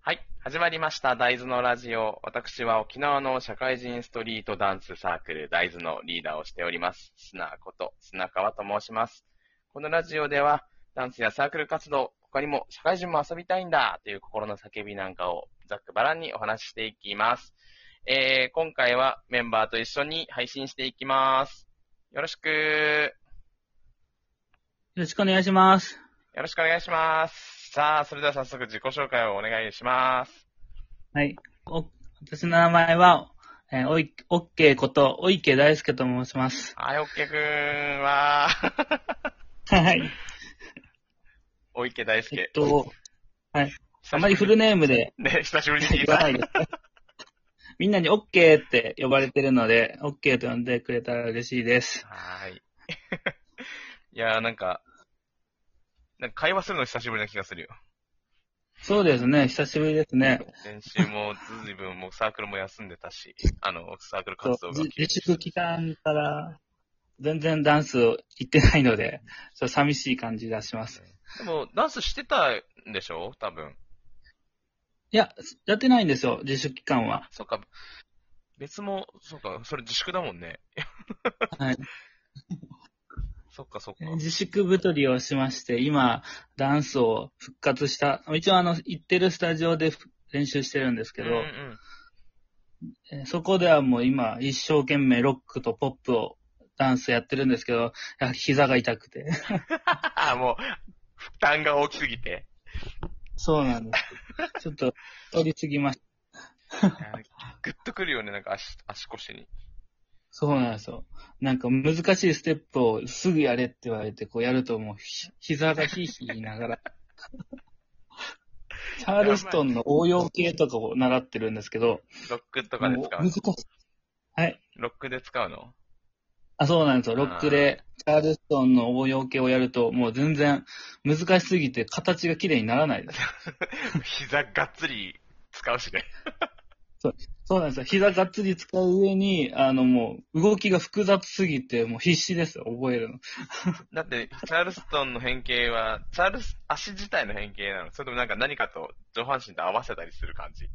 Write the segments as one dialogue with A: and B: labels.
A: はい。始まりました。大豆のラジオ。私は沖縄の社会人ストリートダンスサークル大豆のリーダーをしております。砂こと砂川と申します。このラジオでは、ダンスやサークル活動、他にも社会人も遊びたいんだという心の叫びなんかをざっくばらんにお話ししていきます。えー、今回はメンバーと一緒に配信していきます。よろしく。
B: よろしくお願いします。
A: よろしくお願いします。さあ、それでは早速自己紹介をお願いします。
B: はい。お私の名前は、えーおい、おっけーこと、おいけ大輔と申します。
A: はい、おっけくんは、
B: はい。
A: お池大輔。
B: えっと、
A: 久しぶり
B: あまりフルネームで
A: ね、久しぶりに聞い
B: 言わな
A: た
B: い。です。みんなにおっけーって呼ばれてるので、おっけーと呼んでくれたら嬉しいです。
A: はーい。 いやーなんか、なんか会話するの久しぶりな気がするよ。
B: そうですね、久しぶりですね。
A: 練習もずいぶんもうサークルも休んでたし、あの、サークル
B: そう
A: 活動が
B: 自自粛期間から、全然ダンスを行ってないので、ちょっと寂しい感じがします。
A: でも、ダンスしてたんでしょ多分。
B: いや、やってないんですよ、自粛期 間は。
A: そうか、別も、そうか、それ自粛だもんね。
B: はい。
A: そっかそっか。
B: 自粛太りをしまして、今、ダンスを復活した。一応、あの、行ってるスタジオで練習してるんですけど
A: うんう、ん。
B: えーそこではもう今、一生懸命ロックとポップを、ダンスやってるんですけど、やはり膝が痛くて。
A: あ、もう、負担が大きすぎ て。
B: そうなんです。ちょっと、取りすぎました。
A: いやグッとくるよね、なんか足、足腰に。
B: そうなんですよ。なんか難しいステップをすぐやれって言われて、こうやるともうひ、膝がヒーヒー言いな がら。チャールストンの応用系とかを習ってるんですけど、
A: ロックとかで使う
B: もう
A: の
B: 難しい。はい。
A: ロックで使うの
B: あ、そうなんですよ。ロックで、チャールストンの応用系をやると、もう全然難しすぎて形が綺麗にならないです。
A: 膝がっつり使うしね。
B: そうなんですよ。膝がっつり使う上に、あのもう動きが複雑すぎて、もう必死ですよ。覚えるの。
A: だって、チャールストンの変形は、チャールス、足自体の変形なのそれともなんか何かと上半身と合わせたりする感じ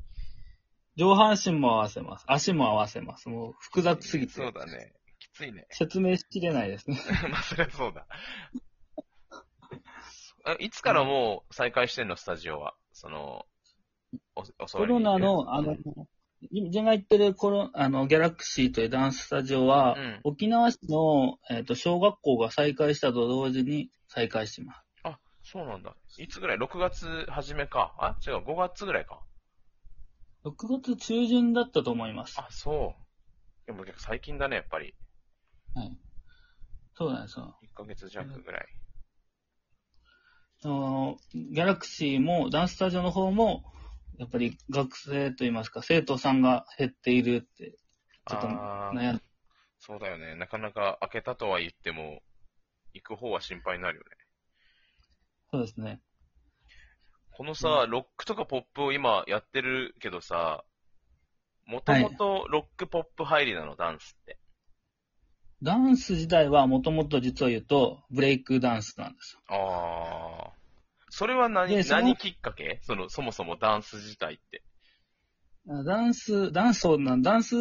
B: 上半身も合わせます。足も合わせます。もう複雑すぎて。
A: そ。うだね。きついね
B: 説明しきれないですね。
A: まあ、そりゃそうだ。あいつからもう再開してんのスタジオは。その、お、お
B: コ
A: 揃い
B: ロ
A: に
B: ナの、あの、自分が行ってるコロ、あの、ギャラクシーというダンススタジオは、
A: うん
B: 沖縄市の、えっと小学校が再開したと同時に再開します。
A: あ、そうなんだ。いつぐらい ?6 月初めか。あ、違う、5月ぐらいか。
B: 6月中旬だったと思います。
A: あ、そう。でも結構最近だね、やっぱり。
B: そうなんですよ。
A: 1ヶ月弱ぐらい。
B: あのギャラクシーも、ダンススタジオの方も、やっぱり学生といいますか、生徒さんが減っているって、ちょっと
A: あー
B: 悩んで、
A: そうだよね。なかなか開けたとは言っても、行く方は心配になるよね。
B: そうですね。
A: このさ、ロックとかポップを今やってるけどさ、もともとロックポップ入りなの、ダンスって。
B: ダンス自体はもともと実を言うと、ブレイクダンスなんですよ。
A: ああ。それは何、
B: でその
A: 何きっかけその、そもそもダンス自体って。
B: ダンス、ダンスをな、ダンス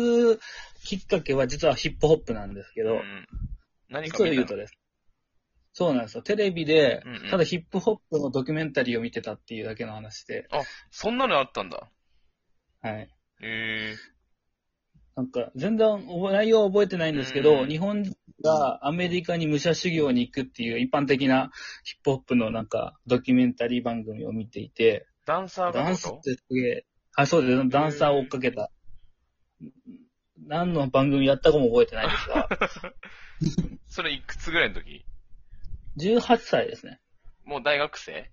B: きっかけは実はヒップホップなんですけど、
A: ん。何か
B: 実を
A: 見
B: 言
A: た
B: うと
A: の
B: です。そうなんですよ。テレビで
A: うんうん、
B: ただヒップホップのドキュメンタリーを見てたっていうだけの話で、
A: そんなのあったんだ。
B: はい。
A: へえ。
B: なんか、全然覚え内容は覚えてないんですけど、
A: うん
B: 日本人がアメリカに武者修行に行くっていう一般的なヒップホップのなんか、ドキュメンタリー番組を見ていて、
A: ダンサーが
B: ダ
A: どう
B: ンスってすげえ、あ、そうです。ダンサーを追っかけた。何の番組やったかも覚えてないです が、
A: それいくつぐらいの時
B: 18歳ですね。
A: もう大学生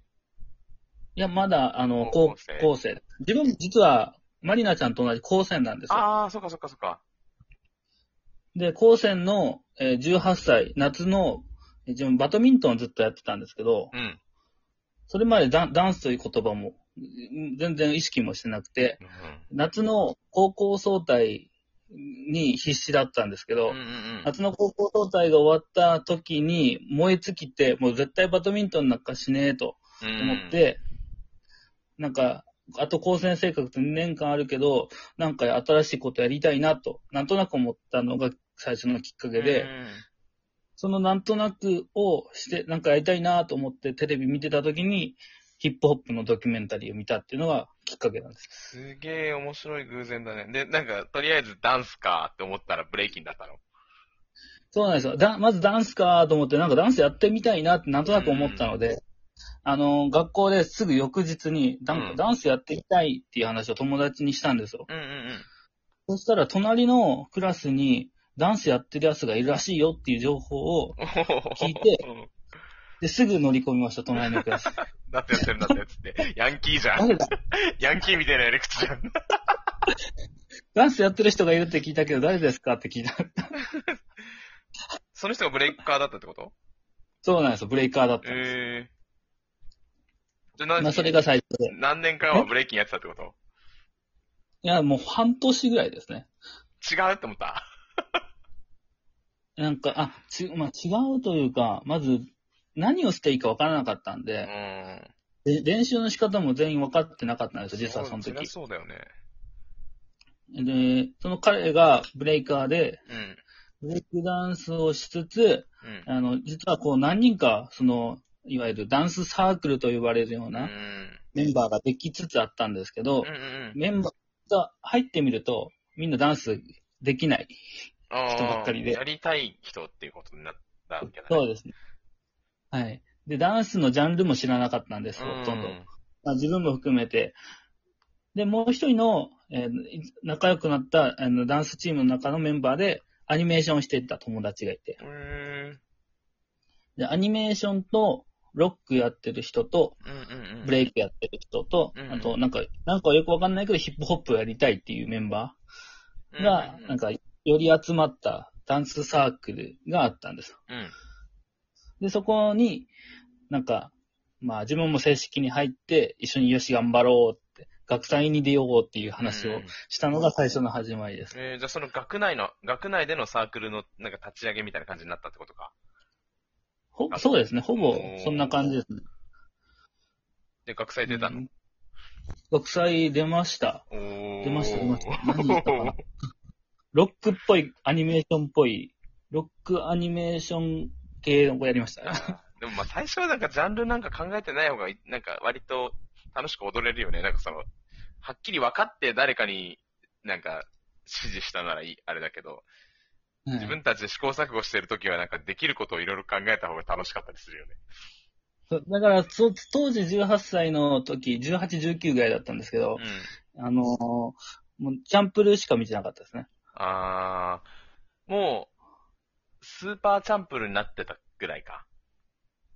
B: いや、まだ、あの、
A: 高
B: 高
A: 校
B: 校
A: 生
B: 生。自分、実は、マリナちゃんと同じ高専なんですよ。
A: ああ、そっかそっかそっか。
B: で、高専の、えー18歳、夏の、えー自分、バドミントンをずっとやってたんですけど、
A: うん。
B: それまでダンダンスという言葉も、うん全然意識もしてなくて、夏の高校総体に必死だったんですけど、
A: うんうんうん。
B: 夏の高校総体が終わった時に燃え尽きて、もう絶対バドミントンなんかしねえと
A: うん
B: 思っ、て、なんか、あと高専生活って2年間あるけど、なんか新しいことやりたいなと、なんとなく思ったのが最初のきっかけで、そのなんとなくをして、なんかやりたいなと思ってテレビ見てた時に、ヒップホップのドキュメンタリーを見たっていうのがきっかけなんです。
A: すげえ面白い偶然だね。で、なんか、とりあえずダンスかって思ったらブレイキンだったの。
B: そうなんですよ。だまずダンスかと思って、なんかダンスやってみたいなってなんとなく思ったので、あの、学校ですぐ翌日に、なん
A: う
B: か
A: ん
B: ダンスやってみたいっていう話を友達にしたんですよ。
A: うんうん
B: そしたら隣のクラスにダンスやってる奴がいるらしいよっていう情報 を、
A: うん。
B: 聞いて。ですぐ乗り込みました、隣のク ラス。
A: だってやってるんだってやつ って。ヤンキーじゃん。
B: 誰だ
A: ヤンキーみたいなやり口じゃん。
B: ダンスやってる人がいるって聞いたけど誰ですかって聞いた。
A: その人がブレイカーだったってこと
B: そうなんですよ、ブレイカーだったんです。
A: ええじゃあ何、
B: まあそれが最初で。
A: 何年間はブレイキンやってたってこと
B: いや、もう半年ぐらいですね。
A: 違うって思った。
B: なんか、あ、ち、まあ、違うというか、まず、何をしていいか分からなかったん
A: う
B: で、
A: ん。
B: で練習の仕方も全員分かってなかったんですよ、実はその
A: りゃ
B: 時。
A: そうだよね。
B: で、その彼がブレイカーで、
A: うん。
B: ブレイクダンスをしつつ、
A: うん。
B: あの、実はこう何人か、その、いわゆるダンスサークルと呼ばれるよう
A: うん
B: なメンバーができつつあったんですけど
A: うんう、ん。
B: メンバーが入ってみると、みんなダンスできない。人ばっかりで
A: あーやりたい人っていうことになったわけだね。
B: そう
A: で
B: ですね。はい。で、ダンスのジャンルも知らなかったんですよ、ほとんど。まあ、自分も含めて。で、もう一人の、えーい仲良くなったあのダンスチームの中のメンバーで、アニメーションをしていた友達がいて。
A: うん。うん
B: で、アニメーションと、ロックやってる人と、
A: うんうん。
B: ブレイクやってる人と
A: うん、
B: あと、なんか、なんかよくわかんないけど、ヒップホップをやりたいっていうメンバーが
A: うん、うん
B: なんか、より集まったダンスサークルがあったんです。
A: うん。
B: で、そこに、なんか、まあ自分も正式に入って、一緒によし頑張ろうって、学祭に出ようっていう話
A: う
B: を
A: ん
B: したのが最初の始まりです。
A: えーじゃあその学内の、学内でのサークルのなんか立ち上げみたいな感じになったってことか。
B: ほそうですね、ほぼ
A: うん
B: そんな感じですね。
A: で、学祭出たの、
B: うん学祭出ました。
A: おー
B: 出ました、出ました。何だったかなロックっぽい、アニメーションっぽい、ロックアニメーション系の子やりました。
A: でもまあ最初はなんかジャンルなんか考えてない方がいい、なんか割と楽しく踊れるよね。なんかその、はっきり分かって誰かになんか指示したならいい、あれだけど、自分たちで試行錯誤してるときはなんかできることをいろいろ考えた方が楽しかったりするよね。
B: そうだから、そ当時18歳の時、18、19ぐらいだったんですけど、
A: うん。
B: あのーもうチャンプルーしか見てなかったですね。
A: あー、もう、スーパーチャンプルになってたぐらいか。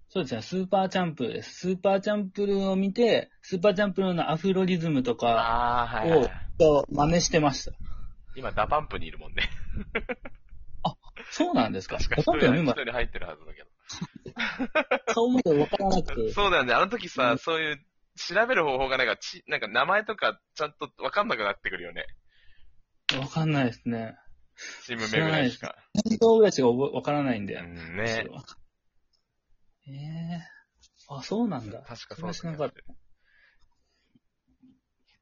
B: そうですね、スーパーチャンプルです。スーパーチャンプルーを見て、スーパーチャンプルーのアフロリズムとか
A: あー、はいはい、は
B: を
A: い。
B: 真似してました。
A: 今、ダパンプにいるもんね。
B: そうなんですか
A: 確か
B: ほ
A: 一
B: とんど
A: 人一
B: 今、
A: 人入ってるはずだけど。
B: 顔までわからなくて、
A: そうだよね。あの時さ、
B: うん
A: そういう、調べる方法がなんか、ち、なんか名前とかちゃんとわかんなくなってくるよね。
B: わかんないですね。
A: チーム名ぐらいしか。
B: 本当ぐらいしか覚えわからないんで。
A: うん
B: む
A: ね
B: し。ろええあ、そうなんだ。
A: 確か
B: そんなし
A: そう
B: なかった。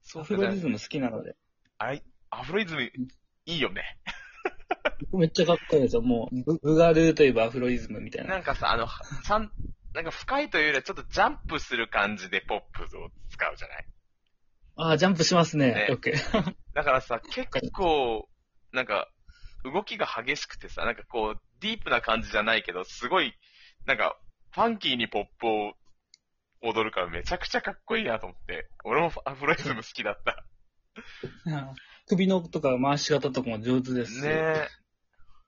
A: そ
B: ア
A: う
B: フ
A: だ
B: ロ
A: よ
B: リ
A: ね。
B: ズム好きなので。
A: あいアフロイズム、いいよね。
B: めっちゃかっこいいですよ。もう、ブブガルーといえばアフロリズムみたいな。
A: なんかさ、あの、ちゃん、なんか深いというよりはちょっとジャンプする感じでポップを使うじゃない
B: ああ、ジャンプしますね
A: ね。
B: オッケー。
A: だからさ、結構、なんか、動きが激しくてさ、なんかこう、ディープな感じじゃないけど、すごい、なんか、ファンキーにポップを踊るからめちゃくちゃかっこいいなと思って、俺もアフロイズム好きだった。
B: うん首のとか回し方とかも上手ですし。
A: ねえ。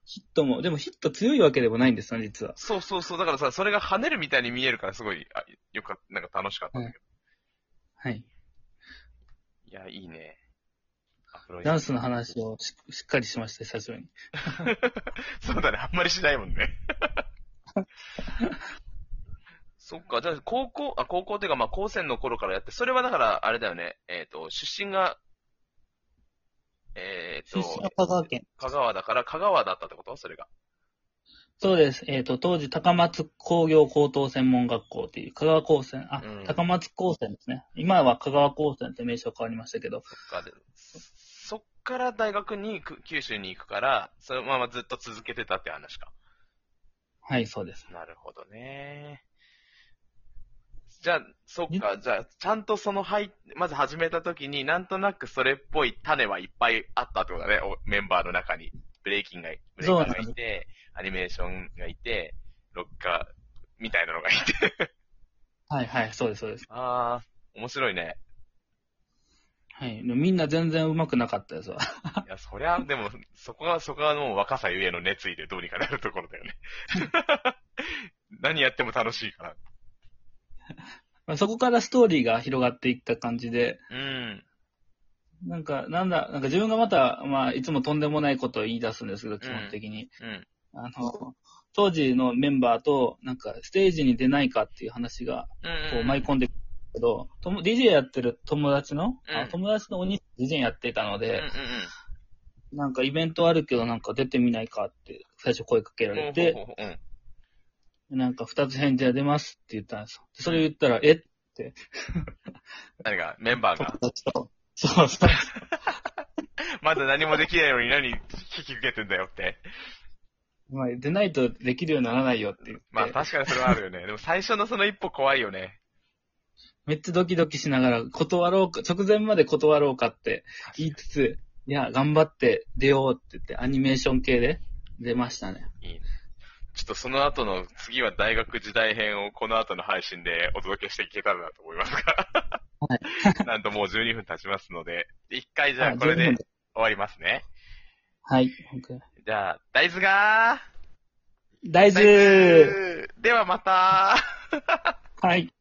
B: ヒットも、でもヒット強いわけでもないんですよ、実は。
A: そうそうそう、だからさ、それが跳ねるみたいに見えるからすごい、あよかった、なんか楽しかったんだけど。
B: はい。
A: いや、いいね。アフロイズ
B: ダ
A: ム。
B: ンスの話をししっかりしました、久しぶりに。
A: そうだね、あんまりしないもんね。 そっか、じゃあ、高校、あ、高校っていうか、まあ、高専の頃からやって、それはだから、あれだよね、えっ、と、出身が、えっ、
B: 出身
A: と、
B: は香川県。
A: 香川だから、香川だったってことそれが。
B: そうです。えっ、と、当時、高松工業高等専門学校っていう、香川高専、あ、
A: うん
B: 高松高専ですね。今は香川高専って名称変わりましたけど、
A: そっかで、そっから大学に行く、九州に行くから、そのままずっと続けてたって話か。
B: はい、そうです。
A: なるほどね。じゃあ、そっか、じゃあ、ちゃんとその、はい、まず始めた時に、なんとなくそれっぽい種はいっぱいあったってことだね、おメンバーの中に。ブレイキンが、ブレイ
B: そう
A: カー
B: なんで
A: が
B: す
A: いて、アニメーションがいて、ロッカーみたいなのがいて。
B: はい、はい、そうです、そうです。
A: あー、面白いね。
B: はい。でもみんな全然上手くなかったですわ。
A: いや、そりゃ、でも、そこが、そこがもう若さゆえの熱意でどうにかなるところだよね。 何やっても楽しいから。
B: まあそこからストーリーが広がっていった感じで、
A: うん。
B: なんか、なんだ、なんか自分がまた、まあ、いつもとんでもないことを言い出すんですけど、基本的に。
A: うん。
B: あの、当時のメンバーと、なんか、ステージに出ないかっていう話が、
A: うん。
B: こう、舞い込んでくるけど、とも DJ やってる友達の、
A: う
B: あ
A: ん
B: 友達のお兄さん DJ やってたの
A: うん
B: で
A: うん、うん。
B: なんかイベントあるけど、なんか出てみないかって、最初声かけられて、
A: ほうほうほううん
B: なんか二つ返事は出ますって言ったんですよ。それ言ったら、えって
A: 何が、メンバー
B: 友
A: が。
B: 達と。そうそう。
A: まだ何もできないのに何引き受けてんだよって。
B: まあ、出ないとできるようにならないよって言って。
A: まあ確かにそれはあるよ ね。でも最初のその一歩怖いよね。
B: めっちゃドキドキしながら、断ろうか、直前まで断ろうかって言いつつ、いや、頑張って出ようって言って、アニメーション系で出ましたね。
A: いいね。ちょっとその後の次は大学時代編をこの後の配信でお届けしていけたらなと思いますが。 なんともう12分経ちますので、一回じゃあこれで
B: 十分
A: 終わりますね。
B: はい。
A: じゃあ、大豆が
B: 大
A: ー
B: 豆
A: ではまた
B: はい。